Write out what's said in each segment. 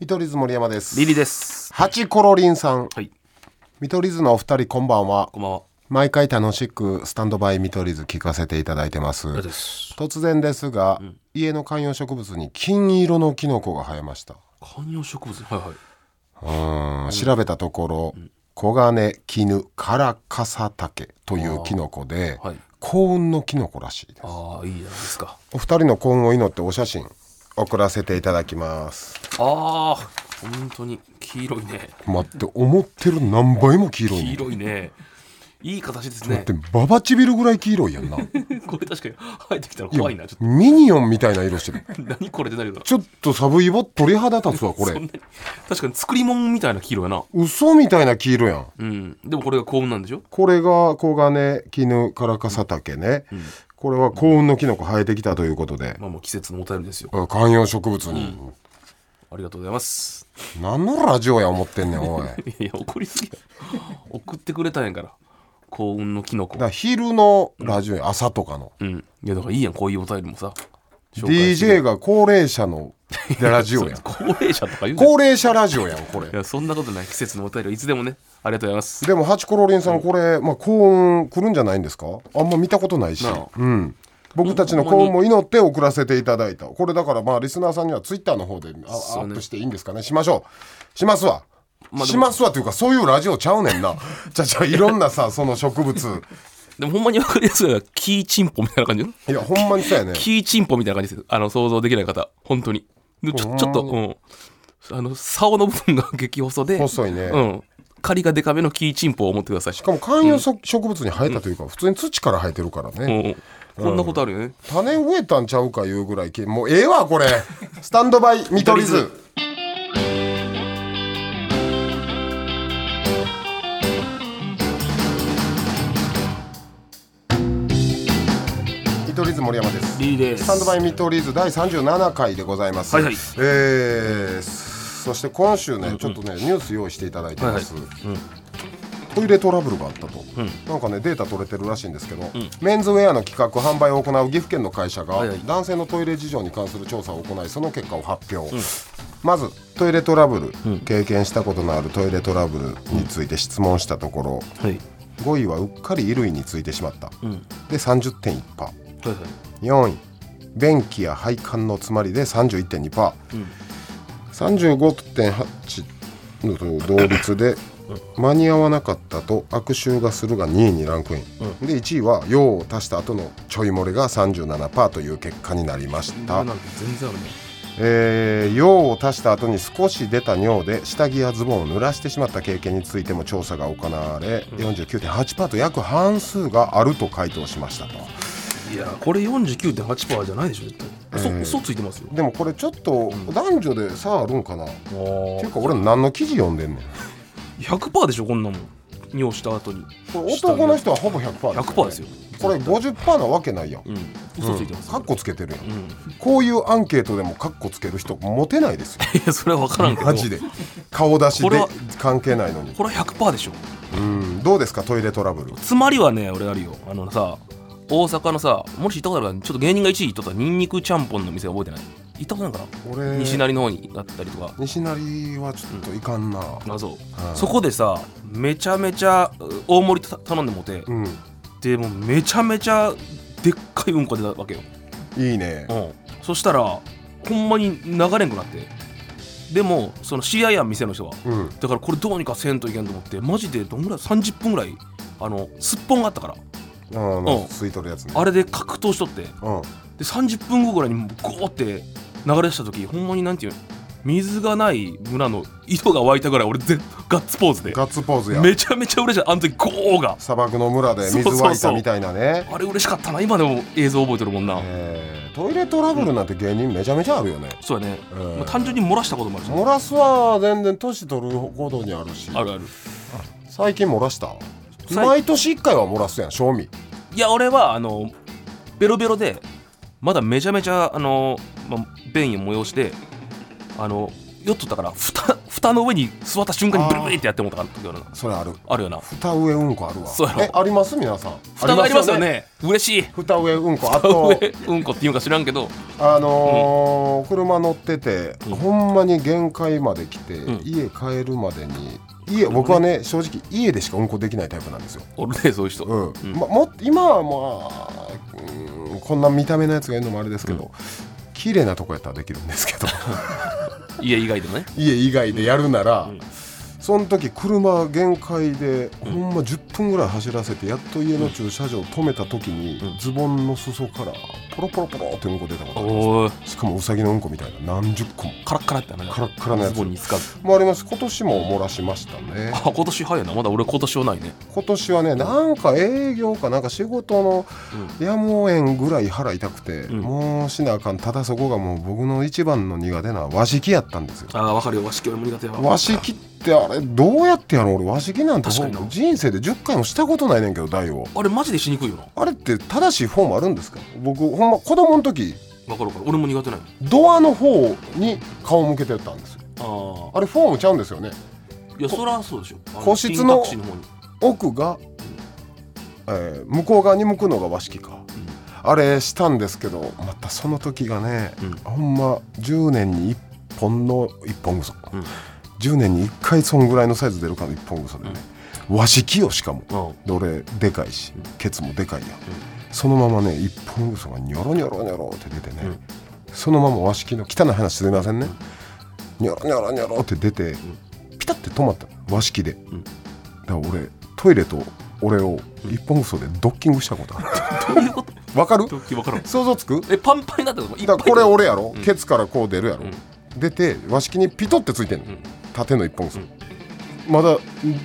見取り図森山ですリリです。ハチコロリンさんはい、見取り図のお二人こんばんはこんばんは。毎回楽しくスタンドバイ見取り図聞かせていただいてますあです。突然ですが、家の観葉植物に金色のキノコが生えました観葉植物。はいはい。うーん調べたところ、黄金絹カラカサタケというキノコで、はい幸運のキノコらしいですああ、いいじゃないですか。お二人の幸運を祈ってお写真送らせていただきますああ、本当に黄色いね。待って思ってる何倍も黄色い黄ね色いね。いい形ですだっねて。ババチビるぐらい黄色い やんなこれ確かに生えてきたら怖いな。ちょっミニオンみたいな色してると何これでなるよな。ちょっとサブイボ鳥肌立つわこそんなれに確かに作り物みたいな黄色やな。嘘みたいな黄色やんうん。でもこれが幸運なんでしょこれが黄金絹カラカサタケね、これは幸運のキノコ生えてきたということで、まあもう季節のお便りですよ。あ観葉植物に、ありがとうございます。何のラジオや思ってんねんおいだかいや、怒りすぎだ。送ってくれたんやから。幸運のキノコ。ら昼のラジオや朝とかのうん。いや、だからいいやん、こういうお便りもさ。紹介して DJ が高齢者のラジ オやん高齢者とか言うな高齢者ラジオやんこれいやそんなことない季節のお便りはいつでもねありがとうございますでもハチコロリンさんこれ、まあ、幸運来るんじゃないんですかあんま見たことないしなあ、うん、僕たちの幸運も祈って送らせていただいたこれだからまあリスナーさんにはツイッターの方であそうアねップしていいんですかねしましょうしますわ、まあでもしますわというかそういうラジオちゃうね んなじゃあじゃあいろんなさその植物でもほんまに分かりやすいのはキーチンポみたいな感じのいやほんまにそうやねキーチンポみたいな感じですあの想像できない方本当にでちほんょまにちょっと、うん、あの竿の部分が激細で細いね、うん、狩りがデカめのキーチンポを思ってくださいしかも観葉そ植物に生えたというか、普通に土から生えてるからね、うん、こんなことあるよね、種植えたんちゃうかいうぐらいけもうええわこれスタンドバイ見取り図見取り図森山ですリーですスタンドバイ見取り図第37回でございます、はいはいえーそして今週ね、ちょっとねニュース用意していただいてます、トイレトラブルがあったと、なんかねデータ取れてるらしいんですけど、メンズウェアの企画販売を行う岐阜県の会社が、はいはい男性のトイレ事情に関する調査を行いその結果を発表、まずトイレトラブル、経験したことのあるトイレトラブルについて質問したところはい5位はうっかり衣類についてしまった、んで30.1%パはいはいー4位便器や配管の詰まりで31.2%パー、35.8の同率で間に合わなかったと悪臭がするが2位にランクイン、で1位は用を足した後のちょい漏れが37%という結果になりました、なんか全然あるねえー用を足した後に少し出た尿で下着やズボンを濡らしてしまった経験についても調査が行われ、49.8%と約半数があると回答しましたといやこれ49.8%じゃないでしょ絶対嘘、えー嘘ついてますよでもこれちょっと男女で差あるんかな、っていうか俺何の記事読んでんねん100%でしょこんなもん尿した後にこれ男の人はほぼ100%です100%ですよこれ50%なわけないやん、うん嘘ついてますよ、カッコつけてるやん、うんこういうアンケートでもカッコつける人モテないですよいやそれは分からんけどマジで顔出しこれでは関係ないのにこれは100%でしょうんどうですかトイレトラブルつまりはね俺あるよあのさ大阪のさもし行ったことあるからちょっと芸人が1位行っとったニンニクちゃんぽんの店覚えてない行ったことないかな俺西成の方にあったりとか西成はちょっといかんなあそうはいそこでさめちゃめちゃう大盛りた頼んでもてうん、でもうめちゃめちゃでっかいうんこ出たわけよいいねうん、そしたらほんまに流れんくなってでもその知り合いやん店の人がうんだからこれどうにかせんといけんと思ってマジでどんぐらい30分ぐらいあのすっぽんがあったからあの、うん吸い取るやつねあれで格闘しとってでうん30分後ぐらいにもうゴーって流れした時ほんまになんていうの水がない村の糸が湧いたぐらい俺全ガッツポーズでガッツポーズやめちゃめちゃ嬉しいあの時ゴーが砂漠の村で水そうそうそう湧いたみたいなねあれ嬉しかったな今でも映像覚えてるもんな、えートイレトラブルなんて芸人めちゃめちゃあるよね、そうやね、えーまあ単純に漏らしたこともあるし漏らすは全然年取るほどにあるしあるある最近漏らした最毎年1回は漏らすやん賞味いや俺はあのベロベロでまだめちゃめちゃあの、まあ、便意を催してあの酔っとったからふた蓋の上に座った瞬間にブルブルってやってもうた時あるなそれあるあるよな蓋上うんこあるわそうやろえあります皆さん蓋がありますよね嬉しい蓋上うんこあと上うんこっていうか知らんけどあのー車乗ってて、うんほんまに限界まで来て、うん家帰るまでに家僕はね正直家でしかうんこできないタイプなんですよ、俺ねそういう人、うんんま、も今はまあうんこんな見た目のやつが言うのもあれですけど、綺麗なとこやったらできるんですけど 家以外でもね家以外でやるなら、うんその時車限界でほんま10分ぐらい走らせてやっと家の駐車場止めた時に、うんズボンの裾からポロポロポロってうんこ出たことありますおおしかもウサギのうんこみたいな何十個もカラッカラってなカラッカラのやつズボンに使うもあります今年も漏らしましたねあ今年早いなまだ俺今年はないね今年はねなんか営業かなんか仕事のやむをえんぐらい腹痛くて、んもうしなあかんただそこがもう僕の一番の苦手な和式やったんですよああ分かるよ和式俺も苦手やわ和式ってあれどうやってやろう俺和式なんて確かにな人生で10回もしたことないねんけど大をあれマジでしにくいよなあれって正しいフォームあるんですか僕ほんま子供の時分かる分かる俺も苦手なんよドアの方に顔向けてたんですよああれフォームちゃうんですよねあいやそりゃそうでしょあ個室ピンタのクシーの方に奥が、えー向こう側に向くのが和式か、あれしたんですけどまたその時がね、うんほんま10年に1本の1本嘘、うん10年に1回そんぐらいのサイズ出るかの1本嘘でね、和式よしかもうんで俺でかいしケツもでかいやん、そのままね1本嘘がニョロニョロニョロって出てね、うんそのまま和式の汚い話すみませんね、ニョロニョロニョロって出て、ピタって止まったの和式で、んだから俺トイレと俺を一本嘘でドッキングしたことあるどういうことわかるちょっと分からん想像つくえパンパンになったとこいっぱだいからこれ俺やろ、ケツからこう出るやろ、う出て和式にピトってついてんの、ん縦の一本嘘、うんまだ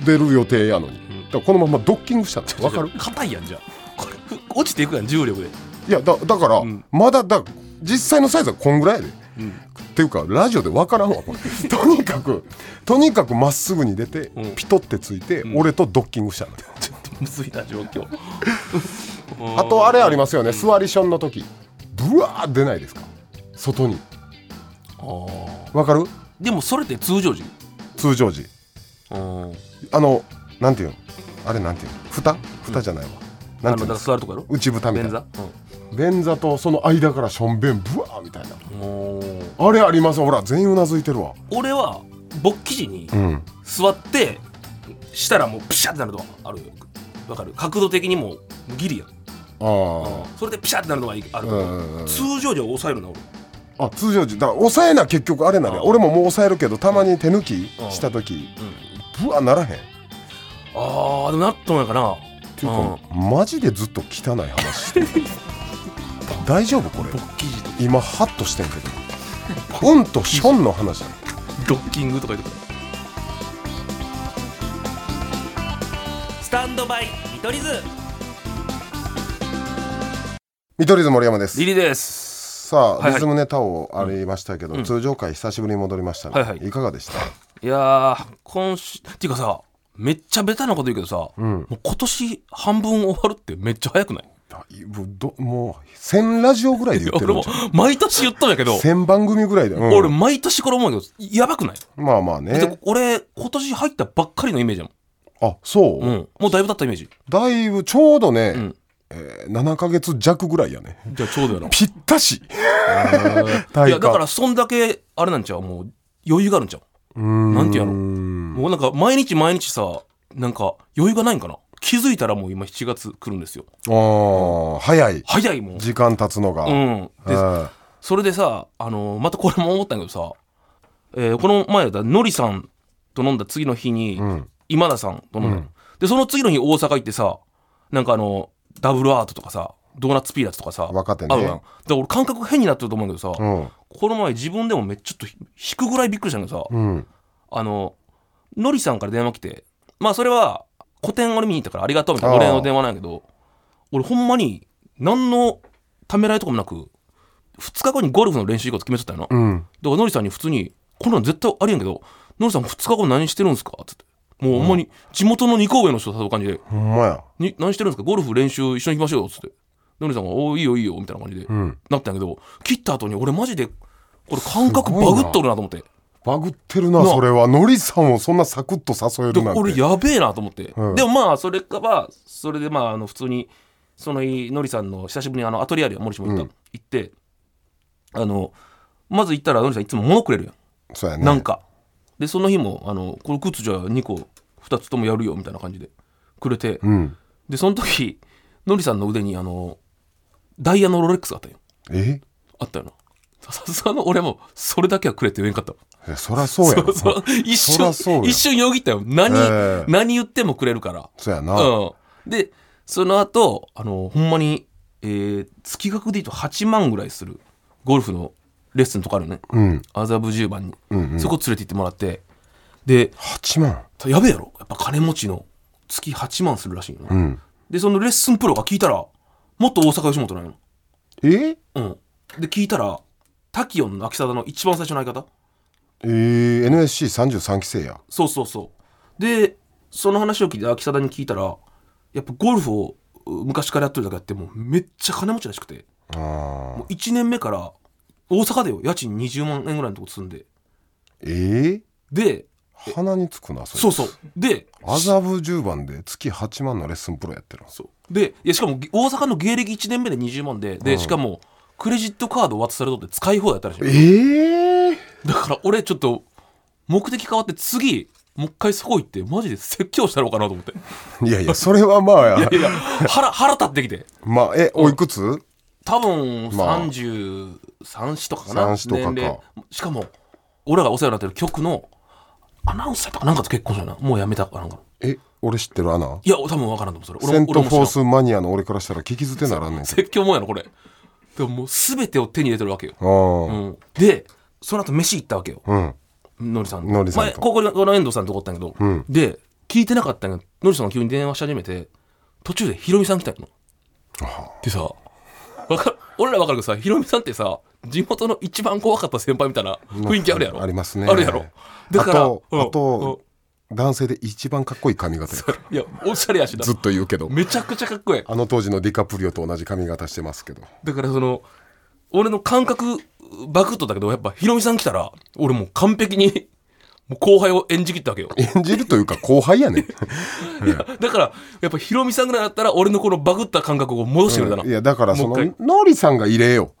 出る予定やのに、だからこのままドッキングしたのわかる硬いやんじゃあこれ落ちていくやん重力で、いやだだから、んまだだ実際のサイズはこんぐらいやでっていうかラジオで分からんわ これとにかくとにかくまっすぐに出て、うんピトってついて、俺とドッキングしたのよちょっとむずいな状況あとあれありますよね、座りションの時ブワー出ないですか外にあーわかるでもそれって通常時通常時うんあのなんていうのあれなんていうの蓋蓋じゃないわ、あなんのていだからうの座るとこやろ内蓋みた便いな座便座とその間からしょんべんブワーみたいなうんおーあれありますほら全員うなずいてるわ俺は勃起時にうん座ってしたらもうピシャってなるのはあるよわかる角度的にもうギリやんあーそれでピシャってなるのがいいあるうとん思ううんうん通常時は抑えるな俺あ通常時だから抑えな結局あれなあねー俺ももう抑えるけどたまに手抜きした時ブワーならへんあーでもなっとんやかなっていうか、マジでずっと汚い話してる大丈夫これ勃起時と今ハッとしてんけどうんとションの話だドッキングとか言ってスタンドバイ見取り図見取り図森山ですリリーですさはいあはいリズムネタをありましたけど、通常回久しぶりに戻りましたね、はいいはいかがでしたいやー今週っていうかさめっちゃベタなこと言うけどさ、もう今年半分終わるってめっちゃ早くないだいぶどもう1000ラジオぐらいで言って俺るんもじゃん毎年言っとんやけど1000番組ぐらいで、うん俺毎年これ思うけどやばくないまあまあだってね俺今年入ったばっかりのイメージやあそう、もん、うん、もうだいぶ経ったイメージだいぶちょうどね、んえー7ヶ月弱ぐらいやねじゃあちょうどやなぴった しい体やだからそんだけあれなんちゃうもう余裕があるんちゃうなんていうののもうなんか毎日毎日さなんか余裕がないんかな気づいたらもう今7月来るんですよああ早い早いもん時間経つのが、うんであそれでさあのーまたこれも思ったんやけどさ、えーこの前だったらのりさんと飲んだ次の日に、ーうん今田さんと飲んだ、うんでその次の日大阪行ってさなんかあのダブルアートとかさドーナツピーナッツとかさ若手ねあるやんだから俺感覚変になってると思うんだけどさ、うんこの前自分でもめっちゃちょっとひ引くぐらいびっくりしたんだけどさ、うんあの、のりさんから電話来て、まあそれは、個展俺見に行ったからありがとうみたいなあー俺の電話なんやけど、俺ほんまに、何のためらいとかもなく、2日後にゴルフの練習行こうって決めちゃったよな。だうんからのりさんに普通に、こんなん絶対ありえんけど、のりさん2日後何してるんすかって言って。もうほんまに、地元の二個上の人誘う感じで、ほんまやに何してるんですかゴルフ練習一緒に行きましょうよっつって。のりさんが、おーいいよいいよみたいな感じで、うんなったんやけど、切った後に俺マジで、これ感覚バグっとるなと思って。バグってるななそれはノリさんをそんなサクッと誘えでるなんて俺やべえなと思って、うんでもまあそれかはそれでまああの普通にその日のりさんの久しぶりにあのアトリエあるよ森下も行った、うん行ってあのまず行ったらのりさんいつも物くれるやん、そうやねなんかでその日もあの「この靴じゃあ2個2つともやるよ」みたいな感じでくれて、うんでその時のりさんの腕にあのダイヤのロレックスがあったよえあったよなささすがの俺もそれだけはくれって言えんかったわいやそりゃそうやろそうそう一そら瞬そうや 一瞬よぎったよ何、ええ何言ってもくれるからそうやな、うん、でその後あのほんまに、えー月額で言うと8万ぐらいするゴルフのレッスンとかあるよねうん、麻布十番に、んうんそこ連れて行ってもらってで8万やべえやろやっぱ金持ちの月8万するらしいよな、うんでそのレッスンプロが聞いたらもっと大阪吉本ないのえうんで聞いたらタキオンの秋貞の一番最初の相方えー、NSC33 期生やそうそうそうでその話を聞いて秋貞に聞いたらやっぱゴルフをう昔からやってるだけあってもうめっちゃ金持ちらしくてあーもう1年目から大阪でよ家賃20万円ぐらいのとこ住んでえー、で鼻につくなそれそうそうで麻布十番で月8万のレッスンプロやってるそうでいやしかもぎ大阪の芸歴1年目で20万でで、しかもクレジットカード渡されとって使い放題やったらしいええだから俺ちょっと目的変わって次もう一回そこ行ってマジで説教したろうかなと思っていやいやそれはまあや いや腹腹立ってきてまあえおいくつ多分まあ33子とかかな、三子とかか年齢しかも俺らがお世話になってる局のアナウンサーとかなんかと結婚したよなもうやめたかなんかえ俺知ってる穴いや多分わからんと思うそれセン俺もトフォ俺もー知らんスマニアの俺からしたら聞き捨てならんねんけ説教もんやろこれでももう全てを手に入れてるわけよ、どうあん、でその後飯行ったわけよあうんのりさんのりさんと前ここのこの遠藤さんとこおったんやけど、んで聞いてなかったんやけどのりさんが急に電話し始めて途中でひろみさん来たんやのでさわか俺らわかるけどさひろみさんってさ地元の一番怖かった先輩みたいな雰囲気あるやろありますねあるやろだからあとうんあと男性で一番かっこいい髪型やからうんいやおしゃれやしなずっと言うけどめちゃくちゃかっこええあの当時のディカプリオと同じ髪型してますけ どだからその俺の感覚バクッとだけどやっぱひろみさん来たら俺もう完璧にもう後輩を演じきったわけよ演じるというか後輩やねん だからやっぱひろみさんぐらいだったら俺のこのバグった感覚を戻してくれたな、いやだからそもう一のノリさんが入れよ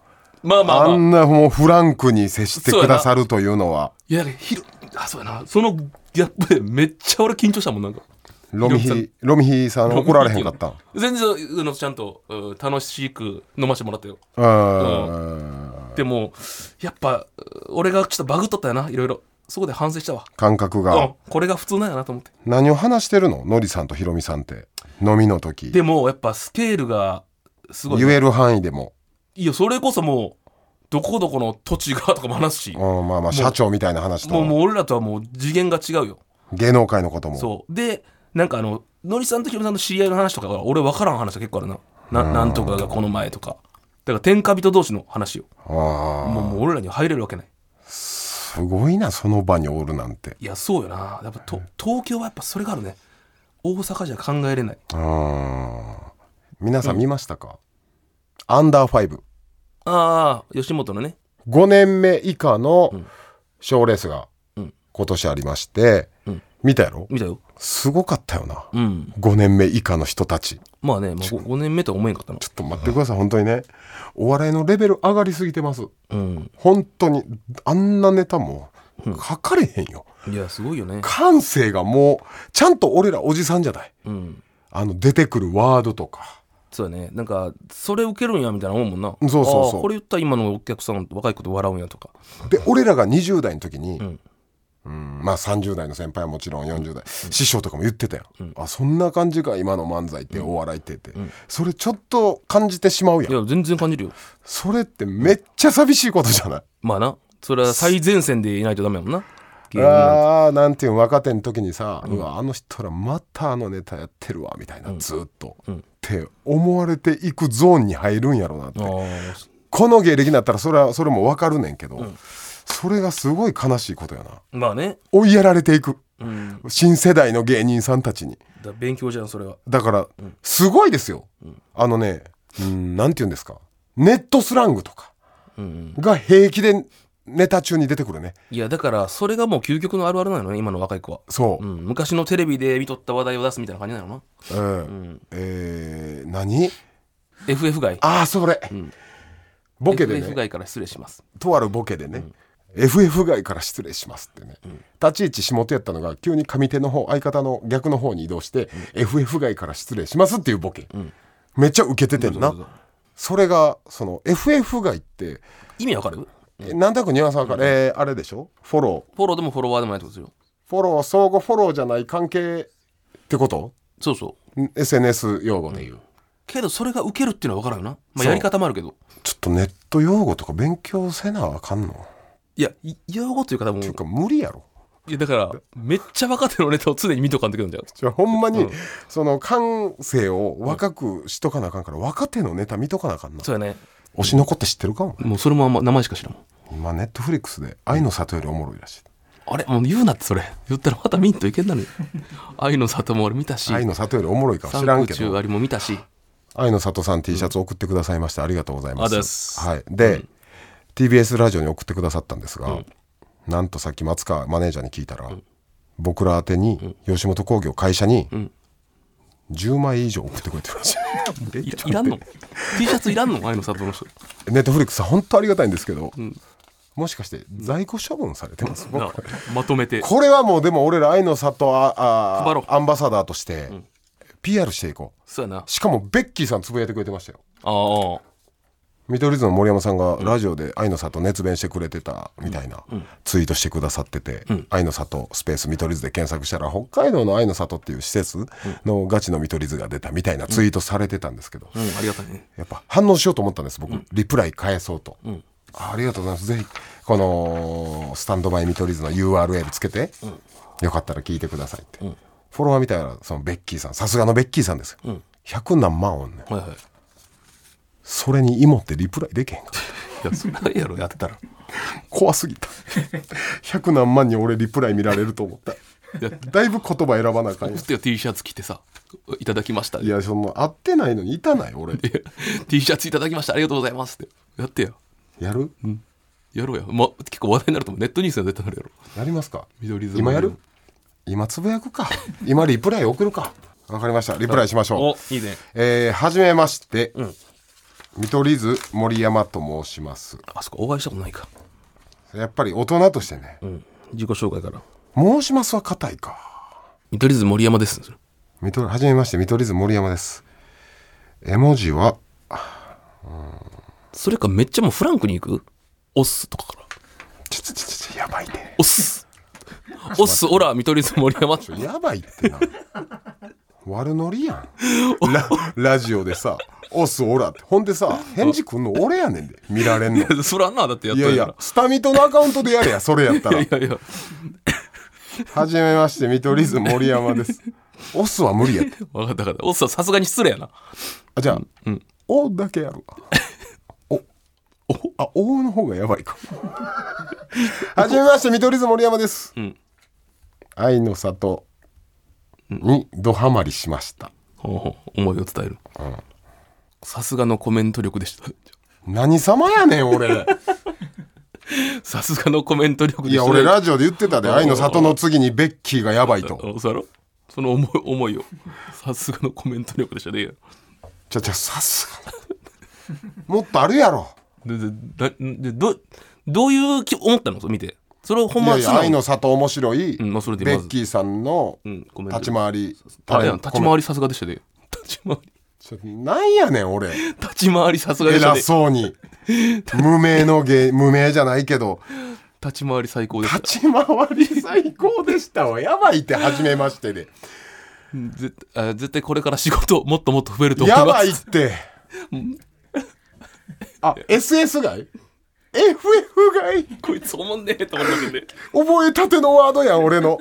まあまああまあんなもうフランクに接してくださるというのはいやひろあそうやなそのギャップでめっちゃ俺緊張したもんなんかロミヒロミヒさん怒られへんかったん全然あのちゃんとうん楽しく飲ましてもらったようんでもやっぱ俺がちょっとバグっとったよないろいろそこで反省したわ感覚うんがこれが普通なんやなと思って何を話してるのノリさんとヒロミさんって飲みの時でもやっぱスケールがすごい言える範囲でもいやそれこそもうどこどこの土地がとかも話すしもうんまあまあ社長みたいな話うもとう俺らとはもう次元が違うよ芸能界のこともそうでなんかあののりさんとひろみさんの知り合いの話とかが俺分からん話が結構あるなななんとかがこの前とかだから天下人同士の話よあもうもう俺らには入れるわけないあすごいなその場におるなんていやそうよなやっぱと東京はやっぱそれがあるね大阪じゃ考えれないうん皆さん見ましたか、アンダーファイブああ吉本のね5年目以下の賞レースが今年ありまして、うん見たやろ見たよすごかったよな、うん5年目以下の人たちちょまあね、まあ、5年目とは思えんかったなっと待ってください本当にねお笑いのレベル上がりすぎてますうん本当にあんなネタも書かれへんよ、いやすごいよね感性がもうちゃんと俺らおじさんじゃないうんあの出てくるワードとかそうやねなんかそれ受けるんやみたいな思うもんなそうそうそうあーこれ言ったら今のお客さん若い子と笑うんやとかで俺らが20代の時に、んうんまあ30代の先輩はもちろん40代、師匠とかも言ってたよ、あそんな感じか今の漫才ってお笑いってって、それちょっと感じてしまうやいんや全然感じるよそれってめっちゃ寂しいことじゃないまあなそれは最前線でいないとダメやもんな芸人なんてあーなんていうの若手の時にさ、うわあの人らまたあのネタやってるわみたいな、ずーっと、って思われていくゾーンに入るんやろなってあーそこの芸歴になったらそれはそれも分かるねんけど、それがすごい悲しいことやなまあね、追いやられていくうん、新世代の芸人さんたちにだ勉強じゃんそれはだからすごいですよ、あのねうんなんて言うんですかネットスラングとかうんが平気でネタ中に出てくるねいやだからそれがもう究極のあるあるなのね今の若い子は、そうう、ん、昔のテレビで見とった話題を出すみたいな感じなのなうんえー、何 FF 外ああそれ、ボケで FF ね外から失礼しますとあるボケでね、FF 外から失礼しますってね、立ち位置下手やったのが急に上手の方相方の逆の方に移動して、FF 外から失礼しますっていうボケ、めっちゃウケててんそな、うそうそうそれがその FF 外って意味わかるえなんとなくニュアンスわかる、えーあれでしょフォローフォローでもフォロワーでもないってことですよフォロー相互フォローじゃない関係ってことそうそん SNS 用語で言う、うけどそれがウケるっていうのは分からんよな、まそあ、うやり方もあるけどちょっとネット用語とか勉強せなあかんの、っいやい用語というか多分ていうか無理やろいやだからめっちゃ若手のネタを常に見とかんといけないんだよじゃあほんまに、その感性を若くしとかなあかんから、若手のネタ見とかなあかんなそうやね推しの子って知ってるかももうそれもあんま名前しか知らん今ネットフリックスで「愛の里よりおもろい」らしいあれもう言うなってそれ言ったらまた見んといけんなの よ愛の里も俺見たし愛の里よりおもろいかは知らん三け空中どありも見たし愛の里さん T シャツ送ってくださいましてありがとうございまあす,、ざっすはい、で、TBS ラジオに送ってくださったんですが、なんとさっき松川マネージャーに聞いたら、僕ら宛てに吉本興業会社に10枚以上送ってくれてるらしい いいらんの T シャツいらんの愛の里の人ネットフリックス本当ありがたいんですけど、もしかして在庫処分されてます、な まとめてこれはもうでも俺ら愛の里あ配ろうあアンバサダーとして PR していこうそうやなしかもベッキーさんつぶやいてくれてましたよああ見取り図の森山さんがラジオで愛の里熱弁してくれてたみたいなツイートしてくださってて「愛の里スペース見取り図」で検索したら北海道の愛の里っていう施設のガチの見取り図が出たみたいなツイートされてたんですけどうんありがたいねやっぱ反応しようと思ったんです僕、リプライ返そうと、あありがとうございますぜひこのスタンドバイ見取り図の URL つけて、よかったら聞いてくださいって、フォロワー見たらそのベッキーさんさすがのベッキーさんですよ、100何万おんねんはいはいいそれに芋ってリプライできへんかったやそれはいいやろやってたら怖すぎた 100何万に俺リプライ見られると思ったやだいぶ言葉選ばなあかんよふってよ T シャツ着てさ「いただきました」いやその合ってないのにいたない俺いや T シャツいただきましたありがとうございます」ってやってよやるやろうや、ま、結構話題になると思うネットニュースには絶対なるやろやりますか緑相撲今やる今つぶやくか今リプライ送るかわかりましたリプライしましょういいねえー、はじめまして、見取り図森山と申しますあそこお会いしたことないかやっぱり大人としてね、うん自己紹介から申しますは硬いか見取り図森山です見取りはじめまして見取り図森山です絵文字はそれかめっちゃもうフランクに行くオッスとかからちょちょちょちょやばいねオッスオッスオラ見取り図森山 やばいってな悪ノリやんララジオでさ「オスオラ」ってほんでさ返事くんの俺やねんで見られんのそらなだってやっいたやいやや、スタミトのアカウントでやれや、それやったら。いやいやはじめまして、見取り図森 山です。オスは無理やって。分かった分かったオッスはさすがに失礼やなあ、じゃあ、おだけやるわ。お、お、あ、おの方がやば いか。はじめまして、見取り図森山です。ん愛の里にドハマりしました。ほうほう思いを伝えるさすがのコメント力でした何様やね ん、俺。さすがのコメント力でいしたや、俺ラジオで言ってたで、愛の里の次にベッキーがやばいと。あそうやろその思い思いをさすがのコメント力でしたねちゃちゃ、さすが。もっとあるやろ。ででだでどどういう気思ったのそれ見てそれをほんいやまい素や直愛にの里面白い、うんまあそれでベまずッキーさんのうんコメント立ち回り、あいや立ちり回りさすがでしたね立ち回り なんやねん俺立ち回りさすがでした偉ねそう に無名の芸無名じゃないけど立ち回り最高でした立ち回り最高でしたわやばいって初めましてでうん絶あ絶対これから仕事もっともっと増えると思いやますばいってあ SS 街 FF 街こいつおもんねえと思いました ね覚えたてのワードやん俺の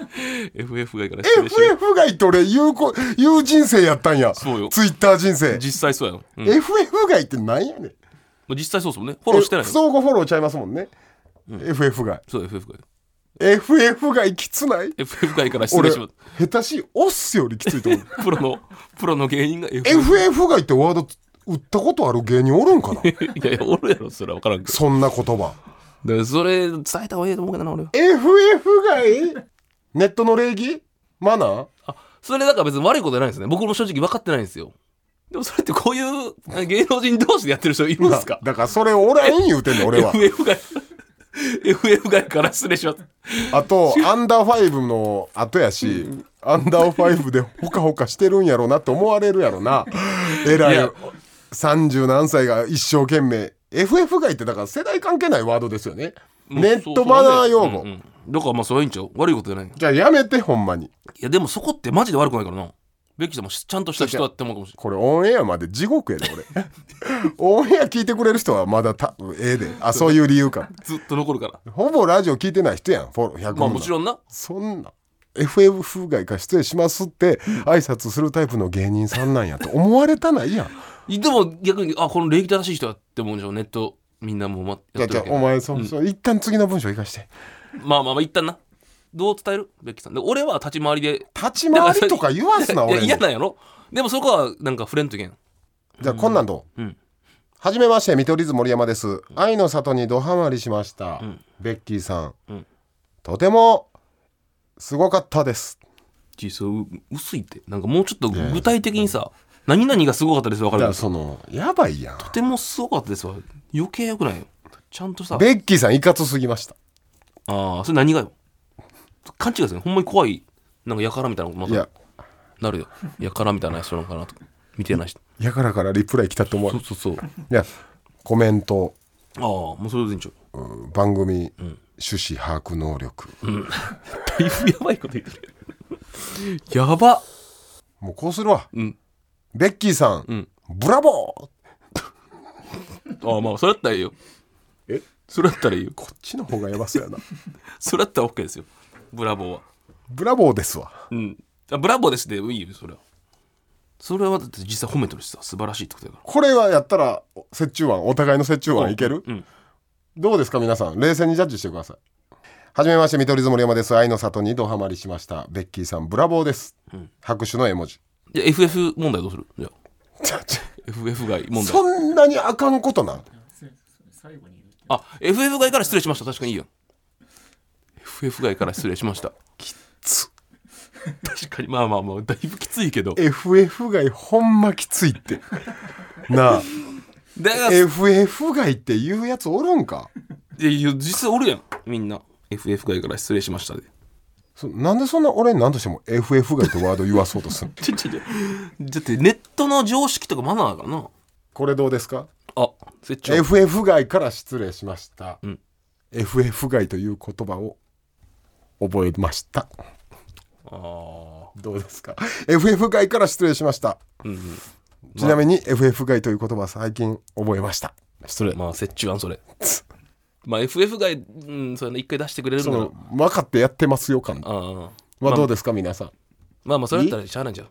FF がいいから失礼します FF 街って俺言うこ言う人生やったんやそうよツイッター人生実際そうやん、うん、 FF 街ってなんやねん実際そうっすもんねフォローしてないえの相互フォローちゃいますもんね、FF がそう FF が FF がきつない FF がいいから失俺礼しま下す手しいオッスよりきついと思うプロのプロの芸人が FF FF がって ワード打ったことある芸人おるんかないやいやおるやろそれは分からんけどそんな言葉だからそれ伝えた方がいいと思うけどな俺は FF がいいネットの礼儀マナーあそれだから別に悪いことじゃないんですね僕も正直分かってないんですよでもそれってこういう芸能人同士でやってる人いるんですかだだからそれおらん言うてんの俺は FF が FF がから失礼しますあとアンダーファイブの後やしアンダーファイブでほかほかしてるんやろうなって思われるやろなえらいいや30何歳が一生懸命 FF 外ってだから世代関係ないワードですよねネットマナー用語、うんうんだからまあそれはいいんちゃう悪いことじゃないいじゃあやめてほんまにやでもそこってマジで悪くないからなベッキーさんもしちゃんとした人だって思うかもしれこれオンエアまで地獄やで 俺オンエア聞いてくれる人はまだたええであそういう理由かないずっと残るからほぼラジオ聞いてない人やんフォロー100まあ万もちろんなそんな FF 風外から失礼しますって挨拶するタイプの芸人さんなんやと思われたないやんでも逆にあこの礼儀正しい人だって思うんでしょネットみんなもうまじやゃっあてじるゃわあけお前そうそう一旦次の文章生かしてまあまあまあ一旦などう伝えるベッキーさんで俺は立ち回りで立ち回りとか言わすなや俺に嫌なんやろでもそこはなんか触れんといけんじゃあこんなんどう、うんはじめまして見取り図森山です、愛の里にドハマりしました、ベッキーさん、んとてもすごかったですちそう薄いってなんかもうちょっと具体的にさ何々がすごかったですわかだるかけらどとそのやばいやんてもすごかったですわ余計よくないよちゃんとさベッキーさんいかつすぎましたああそれ何がよ勘違いするほんまに怖いなんかやからみたいなこといやなるよやからみたいな人なのかなとか見てない人やからからリプライ来たと思うそうそうそうあいやコメント、あもうそれでいいんちゃううん番組、趣旨把握能力、だいぶやばいこと言ってる やばもうこうするわ、んベッキーさん、んブラボーああまあそれだったらいいよえそれだったらいいよこっちの方がやばそうやな それだったら OK ですよブラボーはブラボーですわうんあブラボーですでいいよそれはそれはだって実際褒めてるしさ素晴らしいってことだかこれはやったら折衷案お互いの折衷案いける、うんどうですか皆さん冷静にジャッジしてくださいはじめまして見取り図森山です愛の里にドハマりしましたベッキーさんブラボーです、拍手の絵文字らじゃあ FF 問題どうするじゃあちょち FF 外ょ問題そんなにあかんことなんあ FF 外から失礼しました確かにいいやん FF 外から失礼しましたきつ確かにまあまあまあだいぶきついけど FF 外ほんまきついって なあだからい FF 外って言うやつおるんかやいや実際おるやんみんな FF 外から失礼しましたでそなんでそんな俺に何としても FF 外ってワード言わそうとするちょちょちょ だってネットの常識とかマナーだからなこれどうですかあせっちょ FF 外から失礼しました、ん FF 外という言葉を覚えましたあどうですか FF 外から失礼しました、ちなみに FF 外という言葉は最近覚えました失礼ーまあ折衷案それ まあ FF 外うんそうやな一回出してくれるそのの分かってやってますよ感あーはどうですか、皆さんまあまあそれだったらしゃあないんじゃん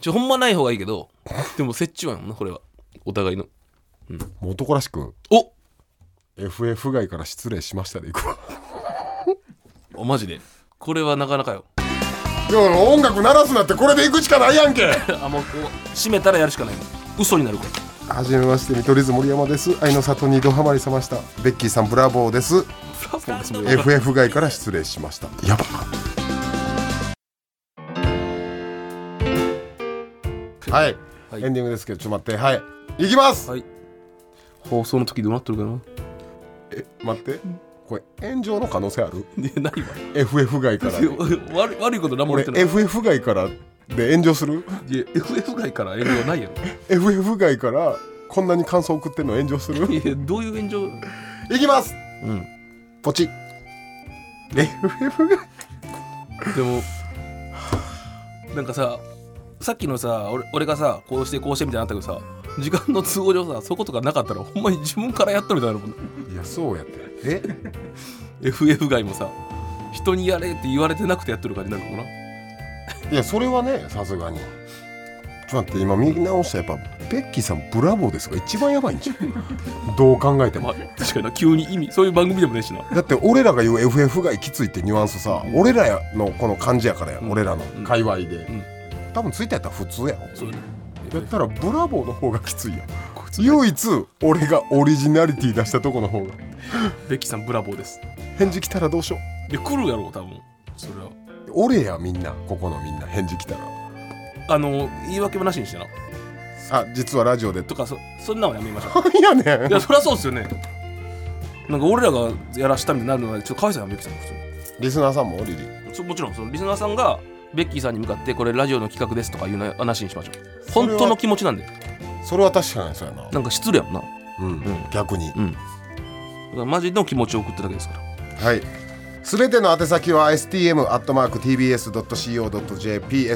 ちょほんまない方がいいけ どでも折衷案やもんなこれはお互いのもう男らしくお FF 外から失礼しましたでいくわ おマジでこれはなかなかよいや音楽鳴らすなってこれでいくしかないやんけ あもうこう閉めたらやるしかない嘘になるからはじめまして見取り図森山です愛の里にドハマりさましたベッキーさんブラボーですブラボーですね FF 外から失礼しましたやばはい、はいエンディングですけどちょっと待ってはい行きます、はい放送の時どうなってるかなえ待ってこれ炎上の可能性あるいやない FF 外からでわ悪い悪いこと何も俺言ってない FF 外からで炎上 するいや FF 外から炎上ないやろ FF 外からこんなに感想送ってんの炎上するいやどういう炎上いきますうんポチ FF で外もなんかささっきのさ俺俺がさこうしてこうしてみたいなのあったけどさ時間の都合上さそことかなかったらほんまに自分からやったみたいなもんいやそうやってえ FF 外もさ人にやれって言われてなくてやってる感じになるのかないやそれはねさすがにちょっと待って今見直したらやっぱベッキーさんブラボーですが一番やばいんじゃ んどう考えてまもあ、確かにな急に意味そういう番組でもねえしなだって俺らが言う FF がきついってニュアンスさ、俺らのこの感じやからや、ん俺らのうん界隈で、ん多分ツイッターやったら普通やろそうやったらブラボーの方がきついやんこいつぶやい唯一俺がオリジナリティ出したとこの方がてベッキーさんブラボーです返事来たらどうしよいや来るやろう多分それはう俺やみんなここのみんな返事来たらあの言い訳もなしにしてなあ実はラジオで ととかそそんなのやめましょうかいやねんいやそりゃそうですよねなんか俺らがやらしたみたいになるのはちょっとかわいそうやんベッキーさん普通リスナーさんもリリにそもちろんそのリスナーさんがベッキーさんに向かってこれラジオの企画ですとかいうの話にしましょうそれは本当の気持ちなんでそれは確かにそうやななんか失礼やもんなうん、ん逆に、うんだからマジの気持ちを送っただけですからはいすべての宛先は stm.tbs.co.jp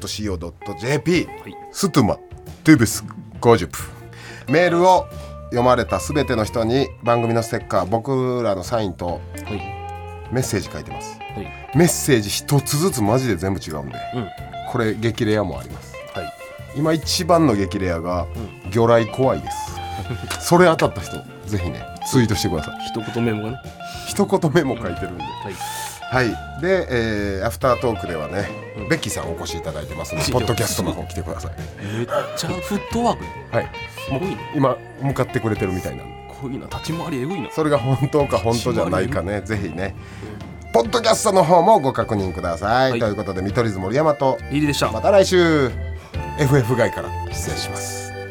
stm.tbs.co.jp はいストゥマトゥブス50メールを読まれたすべての人に番組のステッカー僕らのサインとはいメッセージ書いてますはいメッセージ一つずつマジで全部違うんで、うんこれ激レアもありますはい今一番の激レアが魚雷怖いです それ当たった人ぜひねツイートしてください一言メモがね一言メモ書いてるんではいはいで、えーアフタートークではね、ベッキーさんお越しいただいてますので聞いてまポすッドキャストの方来てくださいめっちゃフットワークやはいもうすごいね今向かってくれてるみたいなんでこういうな立ち回りえぐいなそれが本当か本当じゃないかねぜひねポッドキャストの方もご確認ください、はいということで見取り図森山とリリーでしたまた来週 FF 外から失礼します